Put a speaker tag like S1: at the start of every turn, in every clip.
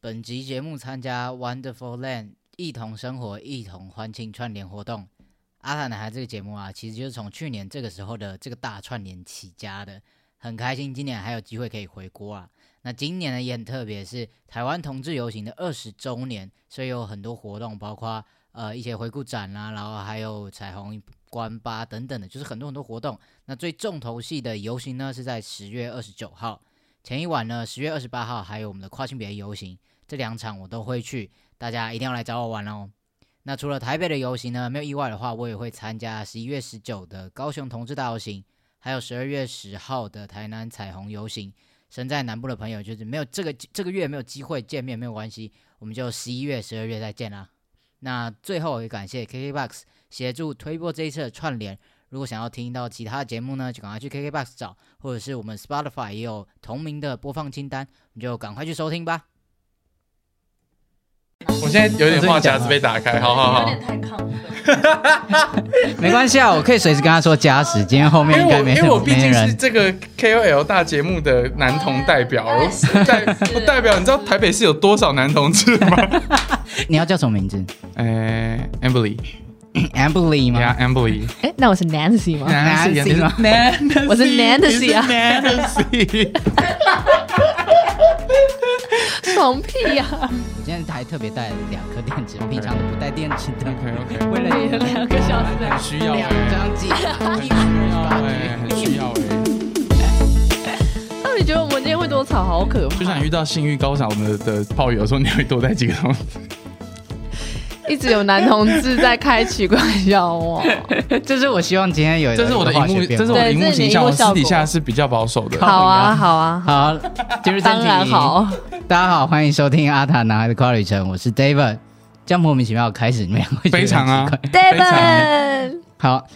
S1: 本集节目参加 Wonderful Land 一同生活、一同欢庆串联活动。阿塔男孩这个节目啊，其实就是从去年这个时候的这个大串联起家的，很开心今年还有机会可以回国啊。那今年呢也很特别，是台湾同志游行的二十周年，所以有很多活动，包括呃一些回顾展啦、然后还有彩虹关吧等等的，就是很多很多活动。那最重头戏的游行呢是在十月二十九号前一晚呢，十月二十八号还有我们的跨性别游行，这两场我都会去，大家一定要来找我玩哦。那除了台北的游行呢，没有意外的话，我也会参加十一月十九的高雄同志大游行，还有十二月十号的台南彩虹游行。身在南部的朋友，就是没有这个这个月没有机会见面没有关系，我们就十一月、十二月再见啦。那最后也感谢 KKBOX 协助推播这一次的串联。如果想要听到其他的节目呢，就赶快去 KKBOX 找，或者是我们 Spotify 也有同名的播放清单，你就赶快去收听吧。
S2: 我现在有点话匣子被打开，好好好。
S3: 有点太亢奋。
S1: 没关系啊，我可以随时跟他说加时，今天后面
S2: 因
S1: 应
S2: 为
S1: 该
S2: 我
S1: 没
S2: 因
S1: 什
S2: 为我
S1: 么
S2: 毕
S1: 没
S2: 竟是
S1: 人。
S2: 这个 KOL 大节目的男童代表，
S3: 哎是
S2: 我代我代表，你知道台北市有多少男同志吗？
S1: 你要叫什么名字
S2: 哎 a m b e r l y
S1: ？Emily 吗
S2: y e a m b e r l y
S3: 哎，那我是 Nancy 吗？
S1: Nancy 吗
S3: 我是 Nancy 啊
S2: Nancy，
S3: 爽屁啊呀！
S1: 我今天还特别带了两颗电池，平常都不带电池的。
S2: OK，OK
S1: 为了你
S3: 有两个小时
S2: 很
S3: 的，
S2: 需要
S1: 两
S2: 哎，
S1: 张机，
S2: 哎，很需要哎。
S3: 那你觉得我们今天会多吵？好可
S2: 就
S3: 怕！
S2: 像你遇到性欲高潮的的炮友的时候，你会多带几个东西。
S3: 一直有男同志在开奇怪 笑话，
S1: 这是我希望今天有一个
S2: 这是我的荧
S1: 化
S2: 幕，
S1: 学变化
S2: 这是我的
S3: 对
S2: 荧
S3: 这
S2: 幕
S3: 是你
S2: 形象，我
S3: 的荧幕
S2: 私
S3: 效果
S2: 底下是比较保守的。
S3: 好啊，好啊，
S1: 好，就是
S3: 当然。好。
S1: 大家好，欢迎收听阿塔男孩的跨旅程，我是 David。这样莫名其妙开始，你们两个会觉得
S2: 非常啊
S1: 很奇怪
S3: David，
S1: 好，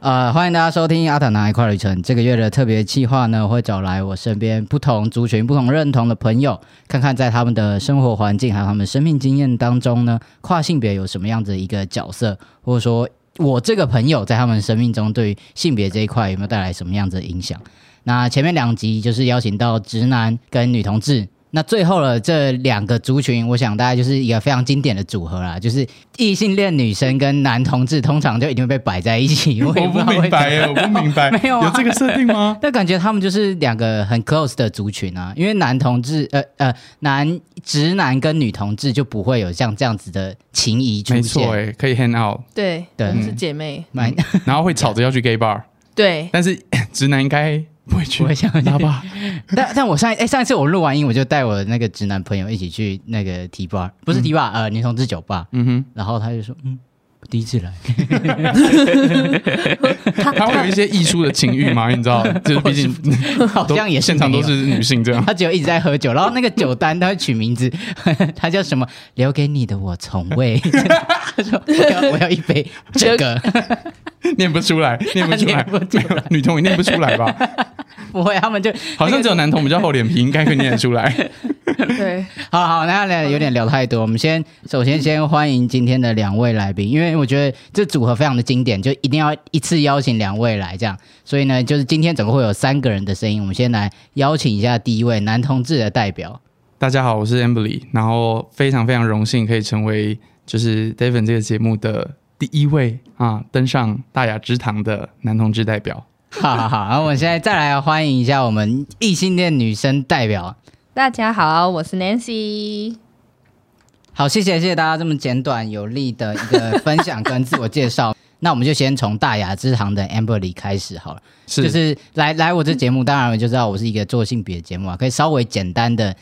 S1: 呃，欢迎大家收听阿塔男孩跨旅程这个月的特别企划呢，会找来我身边不同族群、不同认同的朋友，看看在他们的生活环境还有他们生命经验当中呢，跨性别有什么样子的一个角色，或者说我这个朋友在他们生命中对于性别这一块有没有带来什么样子的影响？那前面两集就是邀请到直男跟女同志，那最后了这两个族群，我想大概就是一个非常经典的组合啦，就是异性恋女生跟男同志通常就一定会被摆在一起，
S2: 我
S1: 我也
S2: 不
S1: 知道为什
S2: 明
S1: 么
S2: 白耶，我不明 白，
S1: 没有啊
S2: 有这个设定吗？
S1: 但感觉他们就是两个很 close 的族群啊，因为男同志，呃呃，男直男跟女同志就不会有像这样子的情谊 出
S2: 没
S1: 现。
S2: 错，哎，可以 hang out，
S3: 对，我
S1: 对
S3: 们是姐妹，
S1: 蛮
S2: 然后会吵着要去 gay bar，
S3: 对，
S2: 但是 直男应该不会去，
S1: 不会 想去
S2: 拉吧？
S1: 但但我上哎、上一次我录完音，我就带我那个直男朋友一起去那个 T bar，不是 T bar，、呃，女同志酒吧，
S2: 嗯哼，
S1: 然后他就说，嗯，我第一次来，
S3: 他
S2: 他会有一些溢出的情欲吗？你知道，就是毕竟
S1: 好
S2: 都
S1: 像也是
S2: 现场
S1: 没
S2: 都
S1: 有
S2: 是女性这样。
S1: 他只有一直在喝酒，然后那个酒单他会取名字， 他叫什么？留给你的我从未。 他说我要我要一杯这 个，
S2: 念不出来，念不出来，
S1: 念不出来
S2: 没有 女童也念不出来吧？
S1: 不会，他们就
S2: 好像只有男童比较厚脸皮，应该会念得出 来。
S3: 对，
S1: 好好，那那有点聊太多，我们先首先先欢迎今天的两位来宾，因为我觉得这组合非常的经典，就一定要一次邀请两位来这样，所以呢，就是今天总共会有三个人的声音，我们先来邀请一下第一位男同志的代表，
S2: 大家好，我是 Emily，然后非常非常荣幸可以成为就是 David 这个节目的第一位啊，登上大雅之堂的男同志代表。
S1: 好好好，然后我们现在再来欢迎一下我们异性恋女生代表，
S3: 大家好，我是 Nancy。
S1: 好，谢谢谢谢大家这么简短有力的一个分享跟自我介绍， 那我们就先从大雅之堂的 Amberly 开始好了。
S2: 是，
S1: 就是来来我这节目，当然我就知道我是一个做性别的节目啊，可以稍微简单的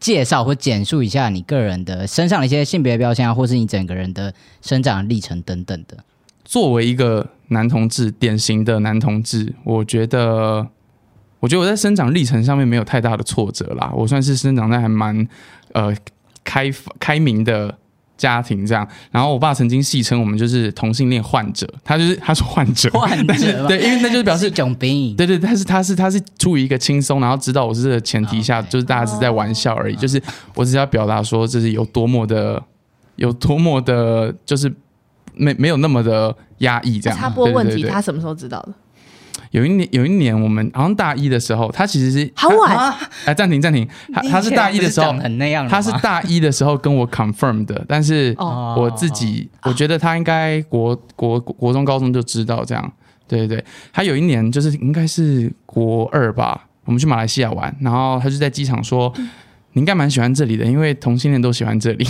S1: 介绍或简述一下你个人的身上的一些性别标签啊，或是你整个人的生长历程等等的。
S2: 作为一个男同志，典型的男同志，我觉得，我觉得我在生长历程上面没有太大的挫折啦。我算是生长在还蛮呃开开明的家庭这样。然后我爸曾经戏称我们就是同性恋患者，他就是他说患者，
S1: 患
S2: 但是
S1: 者嘛
S2: 对，因为那就是表
S1: 是
S2: 示
S1: 一。种病，
S2: 对对，但是他是他是出于一个轻松，然后知道我是这个前提下
S1: 哦 OK 哦
S2: 就是大家只是在玩笑而已，就是我只是要表达说这是有多么的有多么的，就是没没有那么的压抑这样。
S3: 插播
S2: 对对
S3: 问
S2: 对
S3: 题，
S2: 对
S3: 他什么时候知道的？
S2: 有一年有一年我们好像大一的时候，他其实是
S3: 好晚
S1: 啊，
S2: 哎暂停暂停，他
S1: 你以
S2: 他是
S1: 前
S2: 大
S1: 不
S2: 一的时候
S1: 长，很那样了吗，
S2: 他是大一的时候跟我 confirm 的，但是
S3: 哦，
S1: 哦
S2: 我自己，我觉得他应该国国国国中、高中就知道这样。对对对，他有一年就是应该是国二吧，我们去马来西亚玩，然后他就在机场说：“你应该蛮喜欢这里的，因为同性恋都喜欢这里。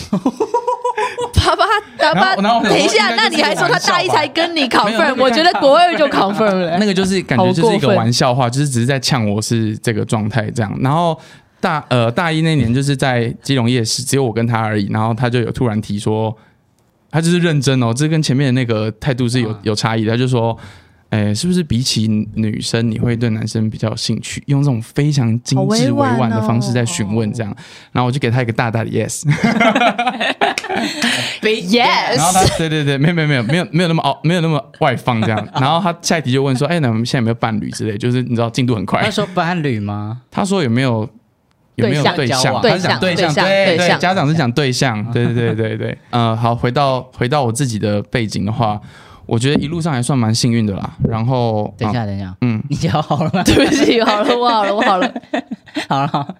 S3: 爸爸，爸
S2: 然后然后
S3: 爸，
S2: 我想说
S3: 等一
S2: 应
S3: 下，
S2: 该
S3: 那
S2: 就是
S3: 你还说他
S2: 玩笑
S3: 大一
S2: 吧
S3: 才跟你
S2: 那
S3: confirm，
S2: 个
S3: 我觉得国二就 confirm 了、
S2: 那个就是感觉就是一个玩笑话，就是只是在呛我是这个状态这样。然后大呃大一那年就是在基隆夜市，只有我跟他而已，然后他就有突然提说，他就是认真哦，这跟前面的那个态度是有
S1: 嗯
S2: 有差异的，他就说。哎，是不是比起女生，你会对男生比较有兴趣？用这种非常精
S3: 好委
S2: 致、委
S3: 婉
S2: 婉的方式在
S3: 哦
S2: 询问，这样，然后我就给他一个大大的 yes，然后
S3: yes，
S2: 他对对对，没有没有没有没有没有那么哦，没有那么外放这样。然后他下一题就问说：“哎，那我们现在有没有伴侣之类？”就是你知道进度很快
S1: 他。说伴侣吗？
S2: 他说有没有有没有
S1: 对
S2: 对
S1: 象
S2: 象？
S1: 对
S2: 他是讲
S1: 象
S2: 对
S3: 对象
S2: 对
S3: 对象
S2: 家长是讲对象，对对对对对。呃，好，回到回到我自己的背景的话，我觉得一路上还算蛮幸运的啦。然后
S1: 等一
S2: 啊
S1: 下，等一下，
S2: 嗯，
S1: 你讲好了吗？
S3: 对不起，好了，我好了，我好了，
S1: 好了，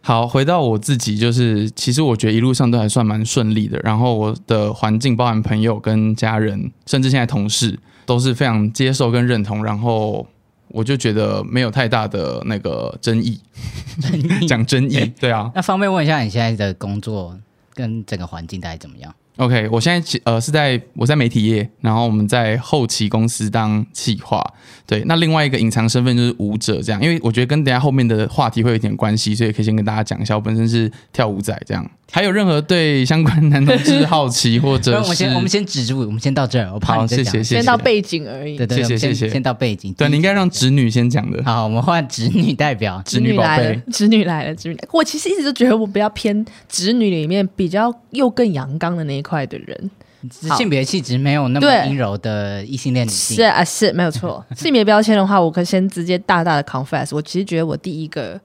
S2: 好，回到我自己，就是其实我觉得一路上都还算蛮顺利的。然后我的环境，包含朋友跟家人，甚至现在同事，都是非常接受跟认同。然后我就觉得没有太大的那个争议，讲争议，对啊。
S1: 那方便问一下你现在的工作跟整个环境大概怎么样？
S2: OK，我现在其呃是在我在媒体业，然后我们在后期公司当企划。对，那另外一个隐藏身份就是舞者，这样，因为我觉得跟等一下后面的话题会有一点关系，所以可以先跟大家讲一下，我本身是跳舞仔，这样。还有任何对相关男同志好奇或
S1: 不
S2: 者
S1: 然我们
S2: 是
S1: 先我们先止住，我们先到这儿，我怕
S2: 好，
S1: 你再
S2: 谢
S1: 讲。
S2: 谢谢
S3: 先到
S2: 谢。
S3: 背景而已。
S1: 对对对，
S2: 谢谢
S1: 我们先
S2: 谢谢
S1: 先到背景。
S2: 对，你应该让直女先讲的。
S1: 好，我们换直女代表。
S2: 直女宝
S3: 来了
S2: 贝，，
S3: 直女来了，直女。我其实一直都觉得我比较偏直女里面比较又更阳刚的那一块的人。好
S1: 性别气质没有那么
S3: 对
S1: 阴柔的异性恋女性，
S3: 是啊，是没有 错。性别标签的话，我可以先直接大大的 confess，我其实觉得我第一个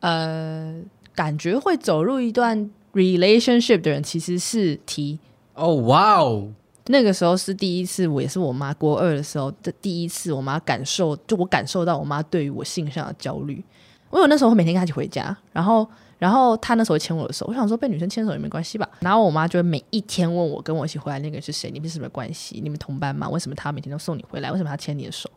S3: 呃，感觉会走入一段 relationship 的人其实是 T。
S1: 哦，哇哦，
S3: 那个时候是第一次，我也是我妈国二的时候的第一次，我妈感受就我感受到我妈对于我性上的焦虑。因为我那时候会每天跟她一起回家，然后然后她那时候牵我的手，我想说被女生牵手也没关系吧。然后我妈就会每一天问我跟我一起回来那个人是谁，你们是什么关系，你们同班吗？为什么她每天都送你回来？为什么她牵你的手？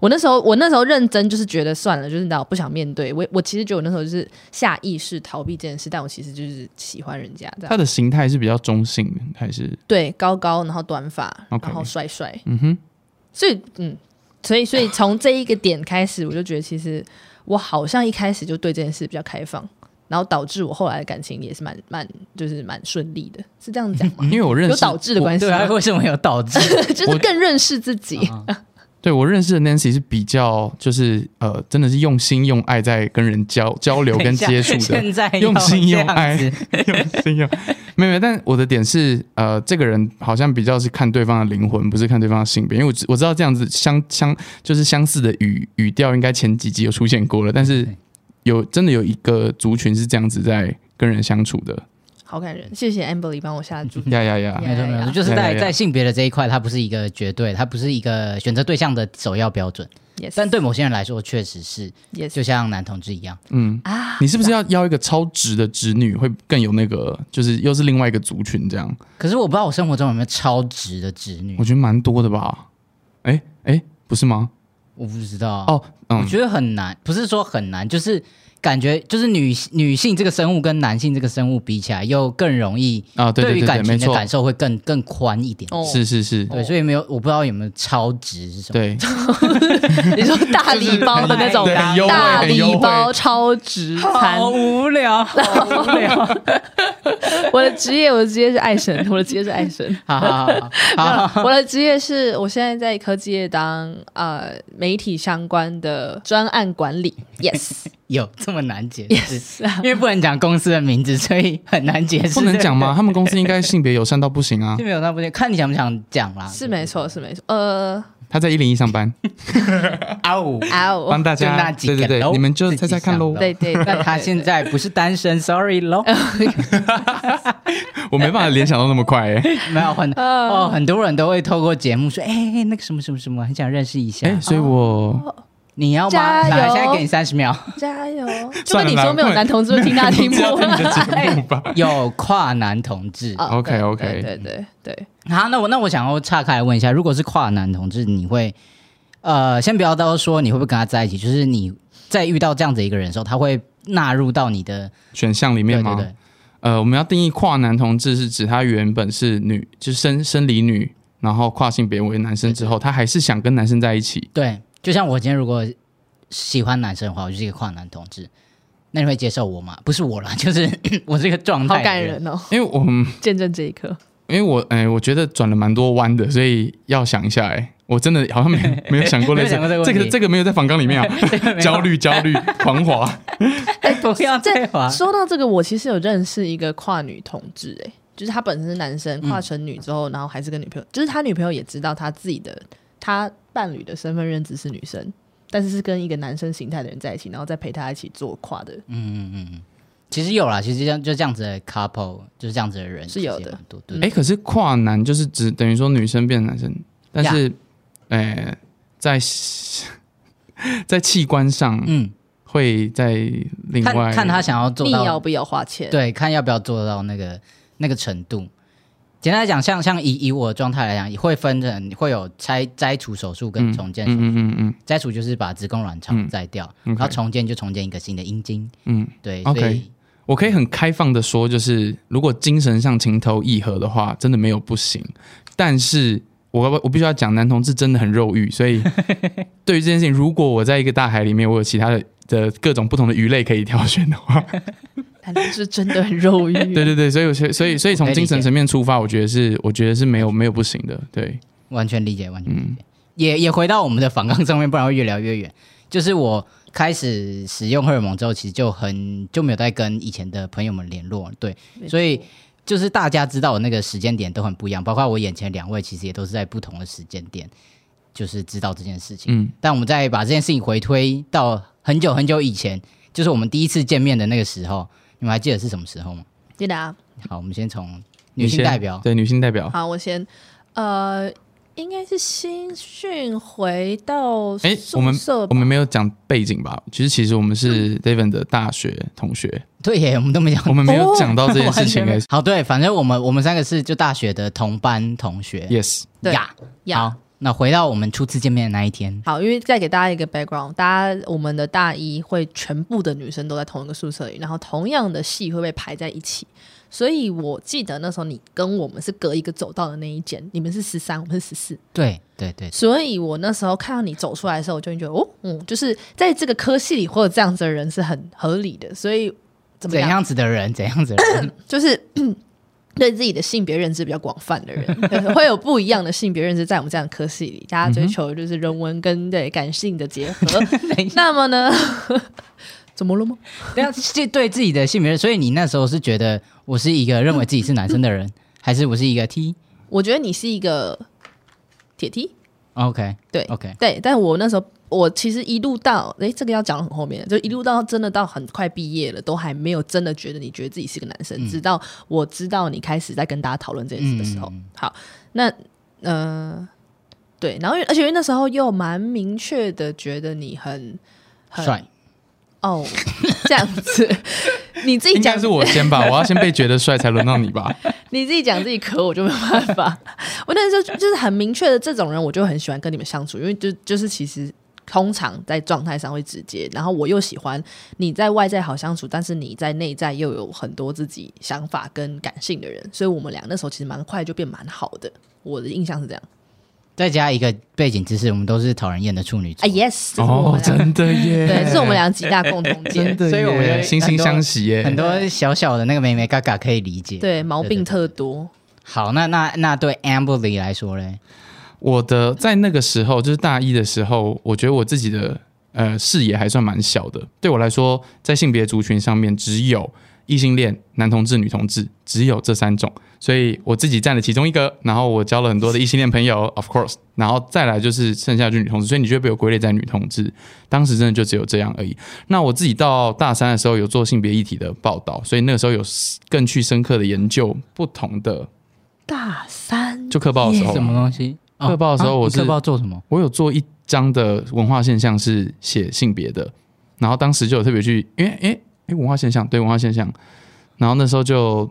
S3: 我那时候，我那时候认真就是觉得算了，就是你知道我不想面对。我我其实觉得我那时候就是下意识逃避这件事，但我其实就是喜欢人家这样
S2: 她。的形态是比较中性的，还是
S3: 对，高高，然后短发
S2: OK
S3: 然后帅帅，
S2: 嗯哼，
S3: 所以嗯，所以所以从这一个点开始，我就觉得其实我好像一开始就对这件事比较开放，然后导致我后来的感情也是蛮蛮就是蛮顺利的，是这样讲吗？
S2: 因为我认
S3: 嗯有
S2: 识
S3: 导致的关系
S1: 对
S3: 吗，
S1: 啊，为什么有导 致？
S3: 就是更认识自己。
S2: 对我认识的 Nancy 是比较就是呃，真的是用心用爱在跟人交交流跟接触的，
S1: 现在要
S2: 用心
S1: 这
S2: 用
S1: 样子
S2: 爱，用心用。没有，没有但我的点是，呃，这个人好像比较是看对方的灵魂，不是看对方的性别，因为我知我知道这样子相相就是相似的语语调，应该前几集有出现过了，但是
S1: 对
S2: 有真的有一个族群是这样子在跟人相处的，
S3: 好感人，谢谢 Amberly 帮我下注。
S2: 呀呀哎呀，
S1: 没错没错，就是
S2: 对
S1: 在
S2: 对对
S1: 在性别的这一块，它不是一个绝对，它不是一个选择对象的首要标准。
S3: yes，
S1: 但对某些人来说，确实是，
S3: yes
S1: 就像男同志一样，
S2: 嗯。
S3: 啊，
S2: 你是不是要要一个超直的直女，会更有那个，就是又是另外一个族群这样？
S1: 可是我不知道我生活中有没有超直的直女
S2: 我，觉得蛮多的吧？哎哎，不是吗？
S1: 我不知道。
S2: 哦，
S1: 我
S2: 嗯，
S1: 觉得很难，不是说很难，就是感觉就是女女性这个生物跟男性这个生物比起来，又更容易
S2: 啊，对
S1: 于
S2: 对对
S1: 感
S2: 对，没
S1: 情的
S2: 错，
S1: 感受会更更宽一点。
S3: 哦，
S2: 是是是，
S1: 对，所以没有我不知道有没有超直是什么。
S2: 对，
S3: 你说大礼包的那种
S2: 就是很很优惠
S3: 大
S2: 很
S3: 礼
S2: 优惠
S3: 包超值餐，
S1: 无 聊，好无聊。
S3: 我的职业我的职业是爱神，我的职业是爱神。
S1: 好好好好好，
S3: 我的职业是我现在在科技业当呃媒体相关的专案管理，yes
S1: 有这么难解释？
S3: yes 啊
S1: 因为不能讲公司的名字，所以很难解释。
S2: 不能讲吗？他 们公司应该性别友善到不行啊
S1: 对？。就没有那不行，看你想不想讲啦。
S3: 是没错是没错，呃，
S2: 他在一零一上班，
S1: 啊呜，
S3: 啊，我
S2: 帮大
S1: 就那
S2: 家，
S1: 几
S2: 对对
S1: 个
S2: 对，
S1: 咯
S2: 你们就
S1: 自己
S2: 猜猜看
S1: 想
S2: 喽。
S1: 的
S3: 对对，对
S1: 那他
S3: 对
S1: 现
S3: 对
S1: 在不是单 身，sorry 咯。
S2: 哦我没办法联想到那 么快哎、
S1: 没有很
S3: 嗯
S1: 哦，很多人都会透过节目说，哎、哎那个什么什么什么，很想认识一下。
S2: 哎、所以
S1: 哦
S2: 我
S1: 你要吗？
S3: 加
S1: 来，
S3: 油
S1: 现在给你三十秒。
S3: 加油！就
S2: 算
S3: 跟
S2: 了
S3: 你
S2: 啦
S3: 说没有男同志会听他的题目
S2: 不要听 你的 节目吧。
S1: 有跨男同志，
S3: 啊
S2: OK，
S3: 对
S2: OK
S3: 对对对对，
S1: 好，那我那我想要岔开来问一下，如果是跨男同志，你会呃，先不要到说你会不会跟他在一起，就是你在遇到这样子一个人的时候，他会纳入到你的
S2: 选项里
S1: 对
S2: 面吗？
S1: 对对，
S2: 呃，我们要定义跨男同志是指他原本是女，就是生生理女，然后跨性别为男生之后，他还是想跟男生在一起。
S1: 对，就像我今天如果喜欢男生的话，我就是一个跨男同志，那你会接受我吗？不是我啦， 就是我这个状态。
S3: 好感。人哦，
S2: 因为我们，
S3: 见证这一刻。
S2: 因为我，哎、我觉得转了蛮多弯的，所以要想一下、哎，我真的好像没没有想过类似
S1: 没有想过这个问
S2: 这
S1: 题
S2: 个这个没有在访纲 里面啊，焦虑焦虑狂滑，
S1: 哎，不要再滑。
S3: 说到这个，我其实有认识一个跨女同志、哎，就是他本身是男生，跨成女之后，然后还是跟女朋友，就是他女朋友也知道他自己的他伴侣的身份认知是女生，但是是跟一个男生形态的人在一起，然后再陪他一起做跨的，
S1: 其实有啦，其实像就这样子的 couple，就是这样子的人
S3: 是有的
S1: 其实也蛮多对
S2: 哎、可是跨男就是指等于说女生变男生，但是，哎、在 在器官上
S1: 嗯，
S2: 会在另
S1: 看
S2: 外
S1: 看他想要做
S3: 你要
S1: 到，
S3: 不要花钱？
S1: 对，看要不要做到那个那个程度。简单来讲，像像以以我的状态来讲，会分成会有拆摘除手术跟重建手术。
S2: 嗯嗯嗯
S1: 摘除就是把子宫卵巢
S2: 嗯
S1: 摘掉，
S2: 嗯，OK，
S1: 然后重建就重建一个新的阴茎。
S2: 嗯。
S1: 对
S2: OK
S1: 所以
S2: 我可以很开放的说，就是如果精神上情投意合的话，真的没有不行。但是我我必须要讲，男同志真的很肉欲，所以对于这件事情，如果我在一个大海里面，我有其他的的各种不同的鱼类可以挑选的话，
S3: 男同志真的很肉欲，
S2: 对对对，所以我所
S1: 嗯
S2: 以所以所以从精神层面出发，我觉得是我觉得是没有没有不行的，对，
S1: 完全理解，完全理
S2: 嗯
S1: 解。也也回到我们的反抗上面，不然会越聊越远。就是我开始使用荷尔蒙之后，其实就很就没有再跟以前的朋友们联络，对，
S3: 没错
S1: 所以就是大家知道的那个时间点都很不一样，包括我眼前两位其实也都是在不同的时间点，就是知道这件事情。
S2: 嗯
S1: 但我们再把这件事情回推到很久很久以前，就是我们第一次见面的那个时候，你们还记得是什么时候吗？
S3: 记得啊。
S1: 好，我们先从女
S2: 你
S1: 性
S2: 先
S1: 代表
S2: 对女性代表，
S3: 好，我先，呃，应该是新训回到
S2: 哎我
S3: 宿舍吧
S2: 我们没有讲背景吧？其实其实我们是
S3: 嗯
S2: David 的大学同学，
S1: 对耶，我们都没讲
S2: 我们没有讲到这件事情
S1: 完全
S3: 哦
S1: 没
S2: 哎
S1: 有好，对，反正我们我们三个是就大学的同班同学
S2: ，Yes，
S3: 对
S1: 呀。
S3: 呀
S1: 好，那回到我们初次见面的那一天，
S3: 好，因为再给大家一个 background，大家我们的大一会全部的女生都在同一个宿舍里，然后同样的系会被排在一起，所以我记得那时候你跟我们是隔一个走道的那一间，你们是十三，我们是十四，
S1: 对对对，
S3: 所以我那时候看到你走出来的时候，我就会觉得哦，嗯，就是在这个科系里会有这样子的人是很合理的，所以怎么
S1: 怎
S3: 样，
S1: 样子的人，怎样子的人，
S3: 就是 对自己的性别认知比较广泛 的人，可能会有不一样的性别认知，在我们这样的科系里，大家追求的就是人文跟对感性的结 合。那么呢， 怎么了吗？
S1: 这样是对自己的性别认。所以你那时候是觉得我是一个认为自己是男生的人，还是我是一个 T？OK
S3: 我觉得你是一个铁梯，对
S1: OK，
S3: 对，但我那时候。我其实一路到，诶，这个要讲很后面，就一路到真的到很快毕业了，都还没有真的觉得你觉得自己是个男生，直到我知道你开始在跟大家讨论这件事的时候，
S1: 嗯
S3: 好，那呃，对，然后因为而且因为那时候又蛮明确的觉得你很很
S1: 帅，
S3: 哦，这样子， 你自己
S2: 应
S3: 讲
S2: 该是我先 吧，我要先被觉得帅才轮到你吧。
S3: 你自己讲自己咳，我就没有办法。 我那时候就是很明确的，这种人我就很喜欢跟你们相处，因为就就是其实通常在状态上会直接，然后我又喜欢你在外在好相处，但是你在内在又有很多自己想法跟感性的人，所以我们俩那时候其实蛮快就变蛮好的。我的印象是这样
S1: 再加一个背景知识，我们都是讨人厌的处女
S3: 啊
S1: 座。
S3: ，yes，这是我
S2: 哦，
S3: 们俩、
S2: 真的耶，
S3: 对，这是我们俩极大共同
S2: 真
S3: 点，
S2: 的耶，
S1: 所以我们就
S2: 惺惺相惜
S1: 很
S2: 耶。
S1: 多小小的那个妹妹嘎嘎可以理解。，
S3: 对，毛病特多。
S1: 好，那那那对 Amberly 来说嘞，
S2: 我的在那个时候，就是大一的时候，我觉得我自己的呃视野还算蛮小的。对我来说，在性别族群上面只有。异性恋、男同志、女同志，只有这三种。所以我自己占了其中一个，然后我交了很多的异性恋朋友，of course，然后再来就是剩下就是女同志，所以你就会被我归类在女同志。当时真的就只有这样而已。那我自己到大三的时候有做性别议题的报道，所以那个时候有更去深刻的研究不同的，
S3: 大三
S2: 就课报的时候
S1: 什么
S2: 啊，
S1: 东西？哦
S2: 课报的时候
S1: 啊
S2: 我
S1: 你
S2: 是
S1: 课报做什么？
S2: 我有做一章的文化现象是写性别的，然后当时就有特别去，因为诶诶文化现象，对文化现象，然后那时候就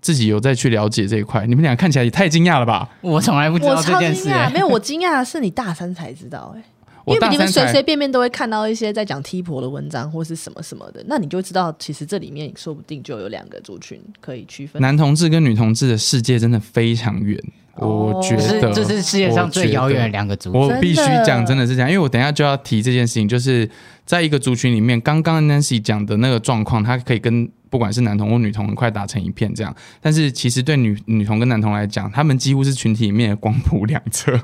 S2: 自己有再去了解这一块。你们俩看起来也太惊讶了吧？
S1: 我从来不知
S3: 我
S1: 道这
S3: 超
S1: 件
S3: 惊
S1: 事、
S3: 讶，
S1: 欸。
S3: 没有我惊讶的是你大三才知道哎、因
S2: 我
S3: 为
S2: 大
S3: 你
S2: 三
S3: 们随
S2: 才
S3: 随便便都会看到一些在讲踢婆的文章或是什么什么的，那你就知道其实这里面说不定就有两个族群可以区分。
S2: 男同志跟女同志的世界真的非常远，
S3: 哦
S2: 我觉
S1: 这是
S2: 得
S1: 这是世界上最遥远的两个族群。
S2: 我必须讲，
S3: 真的
S2: 真的是这样，因为我等一下就要提这件事情，就是在一个族群里面，刚刚 Nancy 讲的那个状况，它可以跟不管是男同或女同很快打成一片这样，但是其实对女女同跟男同来讲，他们几乎是群体里面的光谱两侧，
S3: 哦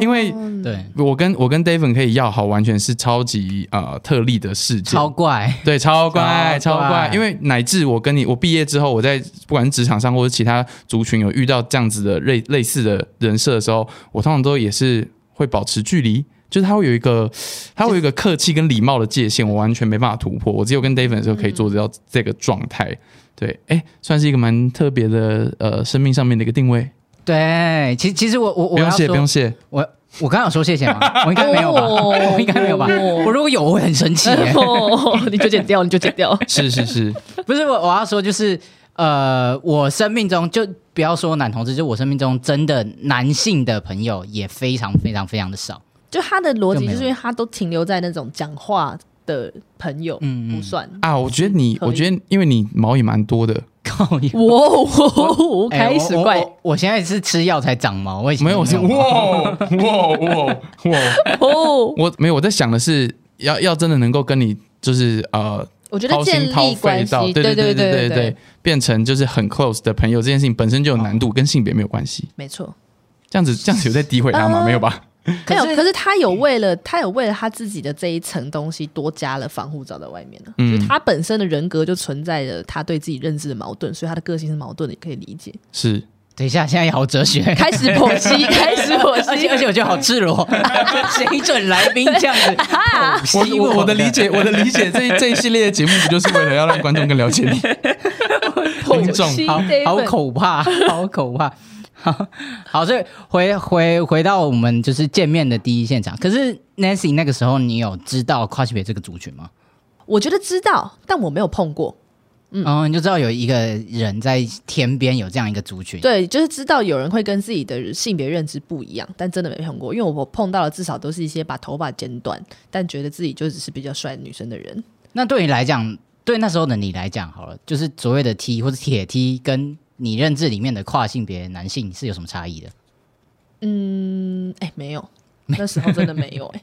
S2: 因为
S1: 对，
S2: 我跟我跟 David 可以要好，完全是超级呃特例的事件，
S1: 超怪。
S2: 对，超乖，
S1: 超
S2: 超
S1: 乖
S2: 乖。因为乃至我跟你，我毕业之后，我在不管是职场上或者其他族群有遇到这样子的类类似的人设的时候，我通常都也是会保持距离，就是他会有一个，他会有一个客气跟礼貌的界限，我完全没办法突破。我只有跟 David 的时候可以做到这个状态。对，哎，算是一个蛮特别的呃生命上面的一个定位。
S1: 对，其其实我我
S2: 不
S1: 我要
S2: 用谢，
S1: 说
S2: 不，用谢。
S1: 我我刚刚有说谢谢 吗？我应该没有吧？
S3: 哦
S1: 我应该没有吧？
S3: 哦
S1: 我如果有，我会很生气耶。
S3: 哦，你就剪掉，你就剪 掉。
S2: 是是是，
S1: 不是我我要说就是呃，我生命中就不要说男同志，就我生命中真的男性的朋友也非常非常非常的 少。
S3: 就他的逻
S1: 就没
S3: 辑，就
S1: 有
S3: 是因为他都停留在那种讲话的朋友
S1: 嗯嗯
S3: 不算。
S2: 啊，我觉得你，
S3: 可以
S2: 我觉得因为你毛也蛮多的，
S1: 靠腰！
S3: 哇哦，
S1: 哎
S3: 开始怪
S1: 我我我现在是吃药才长毛，我以前
S2: 没有，我是
S1: 是
S2: 哇哇哇哇。
S3: 哦。
S2: 哎我没有，我在想的是要要真的能够跟你就是呃
S3: 我觉得
S2: 掏
S3: 建
S2: 心掏
S3: 立
S2: 肺
S3: 关
S2: 到，
S3: 系，
S2: 对
S3: 对
S2: 对
S3: 对哦
S2: 对对，变成就是很 close 的朋友，这件事情本身就有难度，跟性别没有关系。
S3: 没错。
S2: 这样 子这样子有在诋毁他吗？
S3: 呃
S2: 没有吧？
S3: 没有，可是他有为了他有为了他自己的这一层东西多加了防护罩在外面呢、
S2: 嗯
S3: 就是他本身的人格就存在着他对自己认知的矛盾，所以他的个性是矛盾的，也可以理解。
S2: 是
S1: 等一下，现在也好哲学，
S3: 开始剖析，开始剖
S1: 而
S3: 析
S1: 且，而且我觉得好赤裸， 谁准来宾这样子剖析
S2: 我我我的理解，我的理 解，这一这一系列的节目不就是为了要让观众更了解你？听众
S3: 剖析
S1: 好
S3: 这一
S1: 好
S3: 份
S1: 可怕， 好可怕。好，好，所以回回回到我们就是见面的第一现场。可是 Nancy 那个时候，你有知道跨性别这个族群吗？
S3: 我觉得知道，但我没有碰过。
S1: 嗯，哦，你就知道有一个人在天边有这样一个族群。
S3: 对，就是知道有人会跟自己的性别认知不一样，但真的没碰过，因为我碰到的至少都是一些把头发剪短，但觉得自己就只是比较帅的女生的人。
S1: 那对你来讲，对那时候的你来讲，好了，就是所谓的 T 或者铁 T，跟你认知里面的跨性别男性是有什么差异的？
S3: 嗯，哎、没有，那时候真的没有、哎，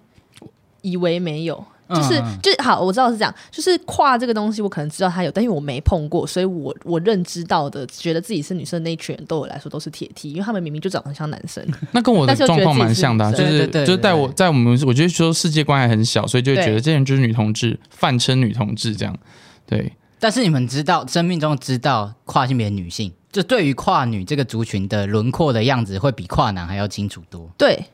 S3: 以为没有。就是
S1: 嗯嗯
S3: 就是好，我知道是这样。就是跨这个东西，我可能知道它有，但因为我没碰过，所以我我认知到的，觉得自己是女生的那一群人，对我来说都是铁 T，因为他们明明就长得像男 生。
S2: 那跟我的
S3: 但是又觉
S2: 状
S3: 得
S2: 况
S3: 自己
S2: 蛮
S3: 是
S2: 像的啊、
S3: 女
S2: 就
S1: 生
S2: 是
S1: 对对对
S2: 就是在
S1: 对
S2: 我在我们，我觉得说世界观还很小，所以就会觉得
S3: 对
S2: 这人就是女同志，泛称女同志这样。对，
S1: 但是你们知道，生命中知道跨性别女性，就对于跨女这个族群的轮廓的样子，会比跨男还要清楚多。
S3: 对，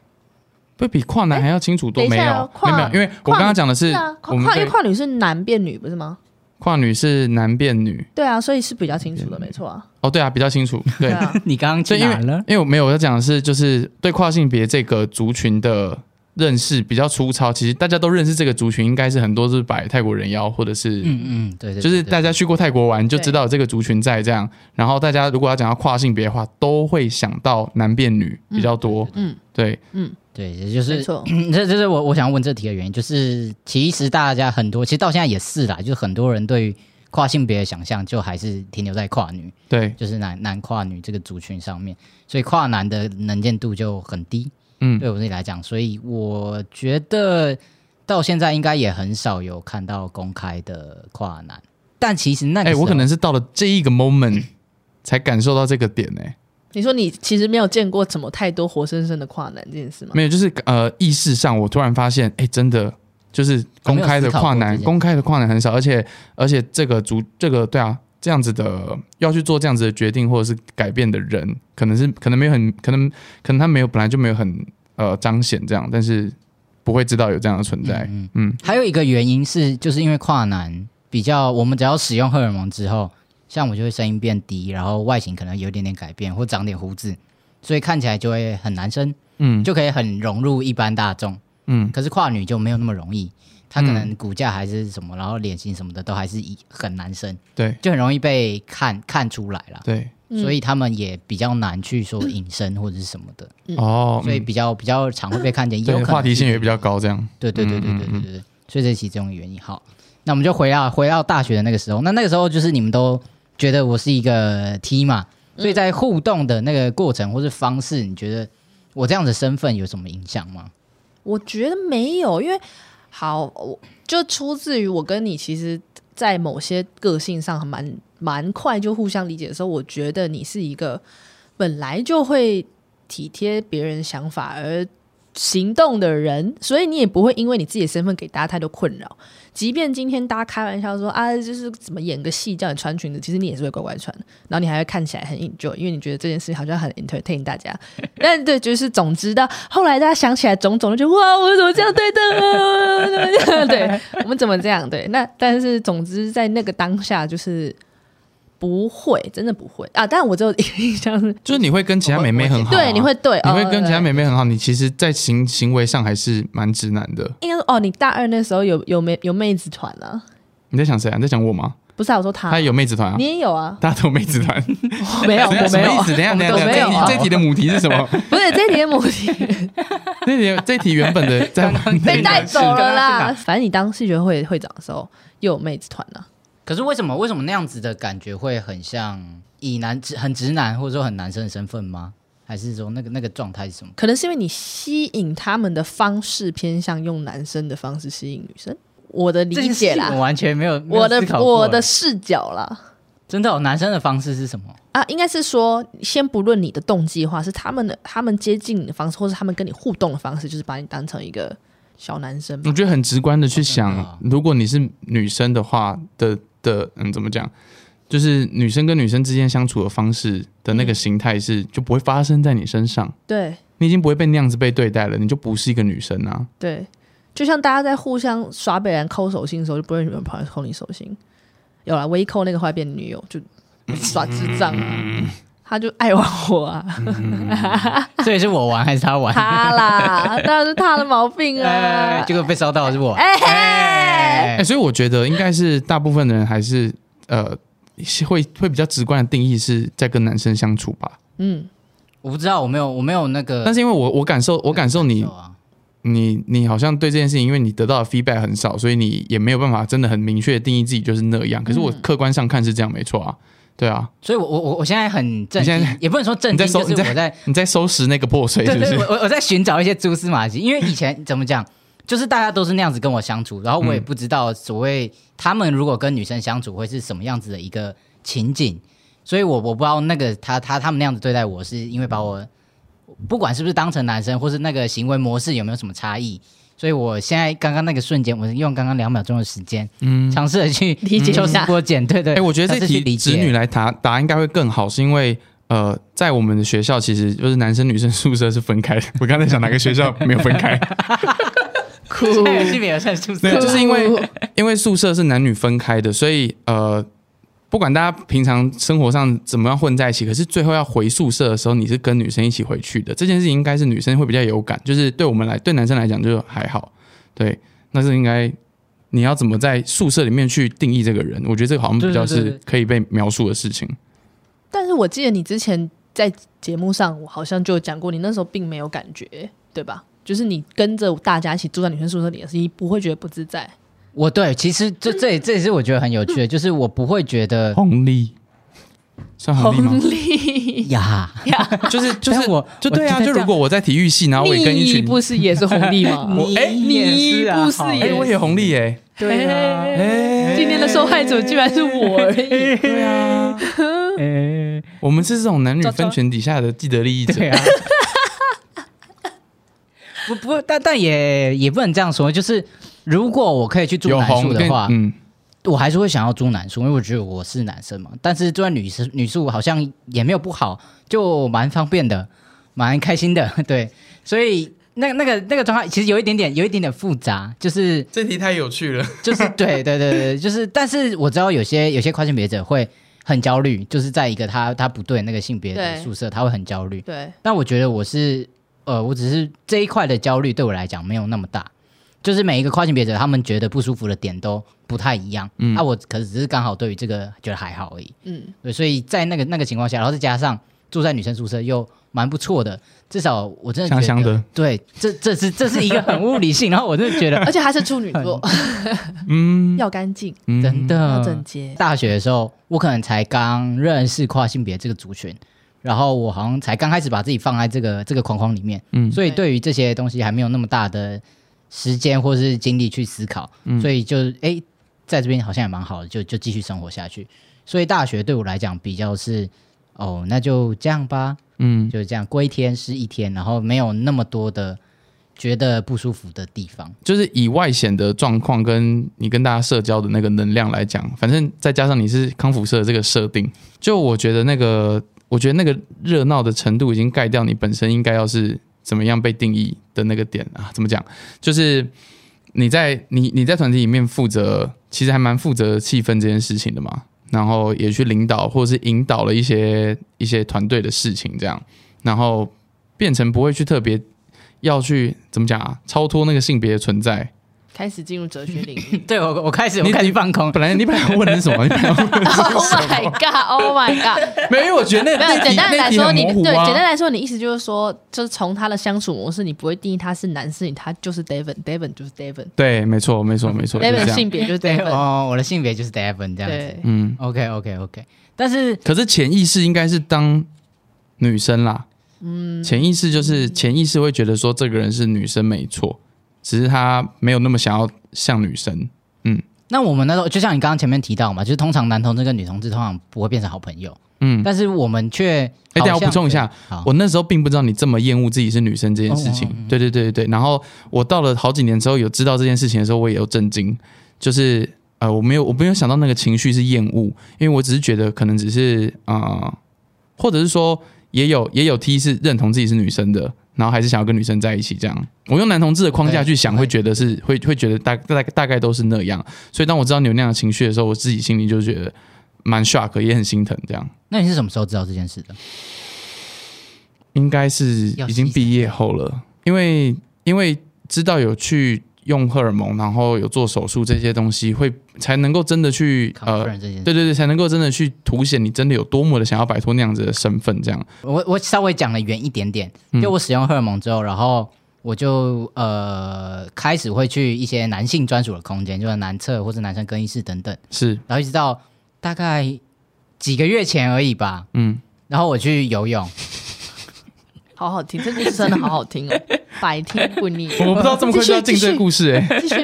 S2: 不比跨男还要清楚多？
S3: 诶
S2: 没
S3: 哎等一下
S2: 有
S3: 哦，跨
S2: 没有，因为我
S3: 跨
S2: 刚刚讲的是
S3: 是啊，跨
S2: 我们
S3: 跨因
S2: 对
S3: 为跨女是男变女，不是吗？
S2: 跨女是男变女。
S3: 对啊，所以是比较清楚的，没错啊。
S2: 哦，对啊，比较清 楚。对，
S3: 啊，
S1: 你刚刚
S2: 所
S1: 去
S2: 以因为
S1: 哪了？
S2: 因为我没有我要讲的是，就是对跨性别这个族群的认识比较粗糙。其实大家都认识这个族群，应该是很多是摆泰国人妖，或者是、
S1: 嗯嗯，对对，
S2: 就是
S1: 对
S2: 大家去过泰国玩就知道有这个族群在这样。然后大家如果要讲到跨性别的话，都会想到男变女比较多。
S3: 嗯
S2: 对，
S1: 对，也就
S3: 没
S1: 是
S3: 错。
S1: 嗯这这是我我想问这题的原因，就是其实大家很多，其实到现在也是啦，就是很多人对于跨性别的想象就还是停留在跨女，
S2: 对，
S1: 就是男男跨女这个族群上面，所以跨男的能见度就很低。
S2: 嗯，
S1: 对我自己来讲，所以我觉得到现在应该也很少有看到公开的跨男。但其实那哦
S2: 哎、
S1: 个时候，
S2: 我可能是到了这一个 moment 才感受到这个点哎呢、
S3: 你说你其实没有见过怎么太多活生生的跨男这件事吗？
S2: 没有，就是呃，意识上我突然发现，哎，真的就是公开的跨
S1: 还没有思考过这件，
S2: 男
S1: 事
S2: 公开的跨男很少，而且而且这个族这个对啊，这样子的要去做这样子的决定或者是改变的人，可能是可能没有很可能可能他没有本来就没有很呃彰显这样，但是不会知道有这样的存在。
S1: 嗯
S2: 嗯，
S1: 还有一个原因是，就是因为跨男比较，我们只要使用荷尔蒙之后，像我就会声音变低，然后外形可能有一点点改变，或长点胡子，所以看起来就会很男生，
S2: 嗯
S1: 就可以很融入一般大众。
S2: 嗯
S1: 可是跨女就没有那么容易，她可能骨架还是什么，然后脸型什么的都还是一很男生，
S2: 对
S1: 就很容易被看看出来啦。
S2: 对
S3: 嗯
S1: 所以他们也比较难去说隐身或者是什么的，
S2: 哦，
S1: 所以
S2: 嗯
S1: 比较比较常会被看见，也有
S2: 对
S1: 可能
S2: 话题性也比
S1: 较。
S2: 较高这样。
S1: 对对对对
S2: 嗯
S1: 对
S2: 嗯
S1: 对
S2: 嗯
S1: 对对，所以这是其中的原因。好，那我们就回到回到大学的那个时候，那那个时候就是你们都觉得我是一个 T 嘛，所以在互动的那个过程或是方式，你觉得我这样的身份有什么影响吗？
S3: 我觉得没有，因为好，我就出自于我跟你其实，在某些个性上蛮蛮快就互相理解的时候，我觉得你是一个本来就会体贴别人想法而。行动的人，所以你也不会因为你自己的身份给大家太多困扰。即便今天大家开玩笑说啊，就是怎么演个戏叫你穿裙子，其实你也是会乖乖穿的，然后你还会看起来很 enjoy，因为你觉得这件事情好像很 entertain 大家。 但对，就是总之到后来大家想起来种种，就觉得哇，我怎么这样对啊的？ 对，我们怎么这样？对，那但是总之在那个当下就是不会，真的不会啊。但我只有一个印象是，
S2: 就是你会跟其他妹妹很好、啊，
S3: 对，你会对，
S2: 你
S3: 哦
S2: 会
S1: 呃
S2: 跟其他
S3: 对
S2: 妹妹很好，你其实，在行行为上还是蛮直男的。
S3: 应该说哦，你大二那时候有有妹有妹子团啊？
S2: 你在想谁啊？你在讲我吗？
S3: 不是、啊，我说他，
S2: 他也有妹子团啊
S3: 你，也有 啊？
S2: 大家都有妹子团。
S3: 我没有，我
S2: 等一下什
S3: 没
S2: 么
S3: 有
S2: 意，思？等一下，
S1: 我们
S2: 等一
S1: 都
S2: 下，
S1: 没
S2: 等一
S1: 有
S2: 下，
S1: 啊
S2: 这一题这一题的母题是什么？
S3: 不是这一点母 题
S2: 这一题这一题原本的在
S3: 被带走了
S2: 刚
S3: 啦。
S2: 刚
S3: 反正你当戏剧会会长的时候，又有妹子团啊。
S1: 可是为什么为什么那样子的感觉会很像以男直很直男或者说很男生的身份吗？还是说那个那个状态是什么？
S3: 可能是因为你吸引他们的方式偏向用男生的方式吸引女生，我的理解
S1: 这件事情我
S3: 啦，
S1: 完全没有没有
S3: 我的
S1: 思考过欸
S3: 我的视角啦。
S1: 真的、哦、男生的方式是 什么？
S3: 啊，应该是说，先不论你的动机的话，是他们的他们接近你的方式，或是他们跟你互动的方式，就是把你当成一个小男生
S1: 嗯
S3: 吧。
S2: 我觉得很直观的去
S1: 真的啊
S2: 想，如果你是女生的话的的，嗯，怎么讲？就是女生跟女生之间相处的方式的那个形态是，就不会发生在你身上，
S3: 对
S2: 你已经不会被那样子被对待了，你就不是一个女生啊。
S3: 对，就像大家在互相耍北人抠手心的时候，就不会有人跑来抠你手心。有啦，唯一抠那个坏变女友，就耍智障
S1: 嗯
S3: 啊，他就爱玩我啊。
S1: 所以是我玩还是他玩？
S3: 他啦，当然是他的毛病啊
S1: 哎，。结果被烧到的是我。
S3: 哎、
S2: 哎、所以我觉得应该是大部分的人还是呃，是会会比较直观的定义是在跟男生相处吧。
S3: 嗯，
S1: 我不知道，我没有，我没有那个。
S2: 但是因为我我感受我感受你
S1: 啊，
S2: 你你好像对这件事情，因为你得到的 feedback 很少，所以你也没有办法真的很明确的定义自己就是那样。可是
S1: 嗯
S2: 我客观上看是这样，没错啊，对啊，
S1: 所以我我我我现在很震
S2: 你现在
S1: 惊，也不能说震
S2: 你
S1: 惊，
S2: 在
S1: 就
S2: 搜
S1: 是我
S2: 你
S1: 在
S2: 你在收拾那个破碎是
S1: 对
S2: 不
S1: 对，我
S2: 是？
S1: 我我在寻找一些蛛丝马迹，因为以前怎么讲，就是大家都是那样子跟我相处，然后
S2: 嗯
S1: 我也不知道所谓他们如果跟女生相处会是什么样子的一个情景，所以我我不知道那个他他他们那样子对待我是因为把我不管是不是当成男生，或是那个行为模式有没有什么差异。所以我现在刚刚那个瞬间，我是用刚刚两秒钟的时间，嗯，尝试的去
S3: 理解一下
S1: 抽丝剥茧，对对。
S2: 哎、我觉得
S1: 尝
S2: 这
S1: 试去理
S2: 题
S1: 解
S2: 子女来答答应该会更好，是因为呃，在我们的学校其实就是男生女生宿舍是分开的。我刚才想哪个学校没有分开？
S3: 酷
S1: 是没有算数字
S2: 对，就是因为
S1: 啊
S2: 因为宿舍是男女分开的，所以呃，不管大家平常生活上怎么样混在一起，可是最后要回宿舍的时候，你是跟女生一起回去的。这件事情应该是女生会比较有感，就是对我们来对男生来讲就还好，对，那是应该。你要怎么在宿舍里面去定义这个人？我觉得这个好像比较
S1: 对对对
S2: 是可以被描述的事情。
S3: 但是我记得你之前在节目上，我好像就有讲过，你那时候并没有感觉，对吧？就是你跟着大家一起住在女生宿舍里，你不会觉得不自在。
S1: 我对，其实这这也这也是我觉得很有趣的，就是我不会觉得
S2: 红利 算红利
S3: 红
S2: 吗？
S3: 利，
S1: 呀，
S2: 就是就
S1: 但
S2: 是
S1: 我
S2: 就对啊！
S1: 我觉得
S2: 就如果我在体育系，然后我也跟一
S3: 你
S2: 群
S3: 不是也是红利吗？
S2: 我哎
S3: 你
S1: 也是啊
S3: 不是
S1: 好
S2: 哎、
S3: 也
S2: 我也红利哎、
S1: 对啊
S3: 嘿
S2: 哎
S3: 今天的受害者居然是我而已。
S2: 对啊，我们是这种男女分权底下的既得利益者。
S1: 对 啊，不不，但但也也不能这样说，就是如果我可以去住
S2: 有
S1: 男
S2: 红
S1: 宿
S2: 跟
S1: 的话，
S2: 嗯，
S1: 我还是会想要住男宿，因为我觉得我是男生嘛。但是住在女生女宿好像也没有不好，就蛮方便的，蛮开心的。 对，所以那那个那个状况其实有一点点有一点点复杂，就是
S2: 这题太有趣了。
S1: 就是对对对对，就是，但是我知道有些有些跨性别者会很焦虑，就是在一个他他不对那个性别的
S3: 对
S1: 宿舍，他会很焦虑。
S3: 对，
S1: 但我觉得我是呃，我只是这一块的焦虑对我来讲没有那么大，就是每一个跨性别者他们觉得不舒服的点都不太一样。嗯，啊，我可是只是刚好对于这个觉得还好而已。
S3: 嗯，
S1: 对，所以在那个那个情况下，然后再加上住在女生宿舍又蛮不错的，至少我真的觉得
S2: 香香的
S1: 对，这这是这是一个很物理性，然后我真的觉得
S3: 而且还是处女座，
S2: 嗯
S3: 要干净，
S2: 嗯
S1: 真
S3: 要
S1: 的
S3: 整洁。
S1: 大学的时候，我可能才刚认识跨性别这个族群，然后我好像才刚开始把自己放在这个这个框框里面，
S2: 嗯
S1: 所以
S3: 对
S1: 对于这些东西还没有那么大的时间或是精力去思考，所以就哎、在这边好像也蛮好的，就就继续生活下去。所以大学对我来讲比较是哦，那就这样吧，
S2: 嗯，
S1: 就这样过一天是一天，然后没有那么多的觉得不舒服的地方。
S2: 就是以外显的状况跟你跟大家社交的那个能量来讲，反正再加上你是康复社的这个设定，就我觉得那个，我觉得那个热闹的程度已经盖掉你本身应该要是怎么样被定义的那个点啊。怎么讲？就是你在你你在团体里面负责，其实还蛮负责气氛这件事情的嘛。然后也去领导或者是引导了一些一些团队的事情，这样，然后变成不会去特别要去怎么讲啊，超脱那个性别的存在。
S3: 开始进入哲学领域
S1: 对我，我开始我
S2: 你
S1: 开始放空，
S2: 本来你本来要问的是 什么？你本来要问
S3: ，Oh my god，Oh my god，
S2: 没有，因为我觉得那
S3: 没有
S2: 那
S3: 简
S2: 题
S3: 单
S2: 那
S3: 来
S2: 题
S3: 说，
S2: 很
S3: 你
S2: 模糊
S3: 对
S2: 啊。
S3: 简单来说，你意思就是说，就是从他的相处模式，你不会定义他是男是女，他就是 David，David 就是 David，David
S2: 对，没错，没错，没错，就是这样。
S3: 性别就是
S1: 对
S3: David，
S1: 哦，我的性别就是 Devon 这样子。
S3: 对，
S2: 嗯，
S1: OK OK OK，但是
S2: 可是潜意识应该是当女生啦。嗯，潜意识就是潜意识会觉得说这个人是女生没错，只是他没有那么想要像女生。
S1: 那我们那时候就像你刚刚前面提到嘛，就是通常男同志跟女同志通常不会变成好朋友，
S2: 嗯，
S1: 但是我们却
S2: 哎，
S1: 好
S2: 等一
S1: 像
S2: 下我补充一下，
S1: 好，哦
S2: 我那时候并不知道你这么厌恶自己是女生这件事情。对对对对对。然后我到了好几年之后，有知道这件事情的时候，我也有震惊，就是呃，我没有我没有想到那个情绪是厌恶，因为我只是觉得可能只是啊、呃或者是说也有也有 T 是认同自己是女生的。然后还是想要跟女生在一起，这样。我用男同志的框架去想，
S1: 对
S2: 会觉得是会会觉得大大大概都是那样。所以当我知道你有那样的情绪的时候，我自己心里就觉得蛮 shock，也很心疼。这样
S1: 那你是什么时候知道这件事的？
S2: 应该是已经毕业后了，因为因为知道有去用荷尔蒙，然后有做手术这些东西，会才能够真的去呃
S1: confirm 这件事，
S2: 对对对，才能够真的去凸显你真的有多么的想要摆脱那样子的身份，这样。
S1: 我我稍微讲的远一点点，
S2: 嗯
S1: 就我使用荷尔蒙之后，然后我就呃开始会去一些男性专属的空间，就是男厕或者男生更衣室等等，
S2: 是，
S1: 然后一直到大概几个月前而已吧，
S2: 嗯，
S1: 然后我去游泳，
S3: 好好听，这故事真的好好听哦，百听不腻。
S2: 我不
S1: 哦
S2: 知道这么快就要进这个故事哎、
S3: 继续，